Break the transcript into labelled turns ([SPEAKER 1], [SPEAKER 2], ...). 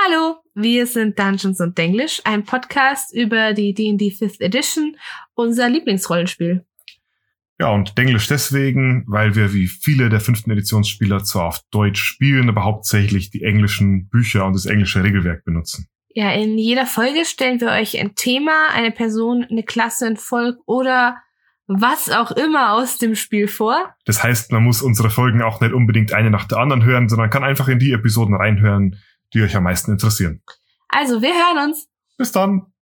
[SPEAKER 1] Hallo, wir sind Dungeons und Denglish, ein Podcast über die D&D 5th Edition, unser Lieblingsrollenspiel.
[SPEAKER 2] Ja, und Denglisch deswegen, weil wir wie viele der fünften Editionsspieler zwar auf Deutsch spielen, aber hauptsächlich die englischen Bücher und das englische Regelwerk benutzen.
[SPEAKER 1] Ja, in jeder Folge stellen wir euch ein Thema, eine Person, eine Klasse, ein Volk oder was auch immer aus dem Spiel vor.
[SPEAKER 2] Das heißt, man muss unsere Folgen auch nicht unbedingt eine nach der anderen hören, sondern kann einfach in die Episoden reinhören, die euch am meisten interessieren.
[SPEAKER 1] Also, wir hören uns.
[SPEAKER 2] Bis dann!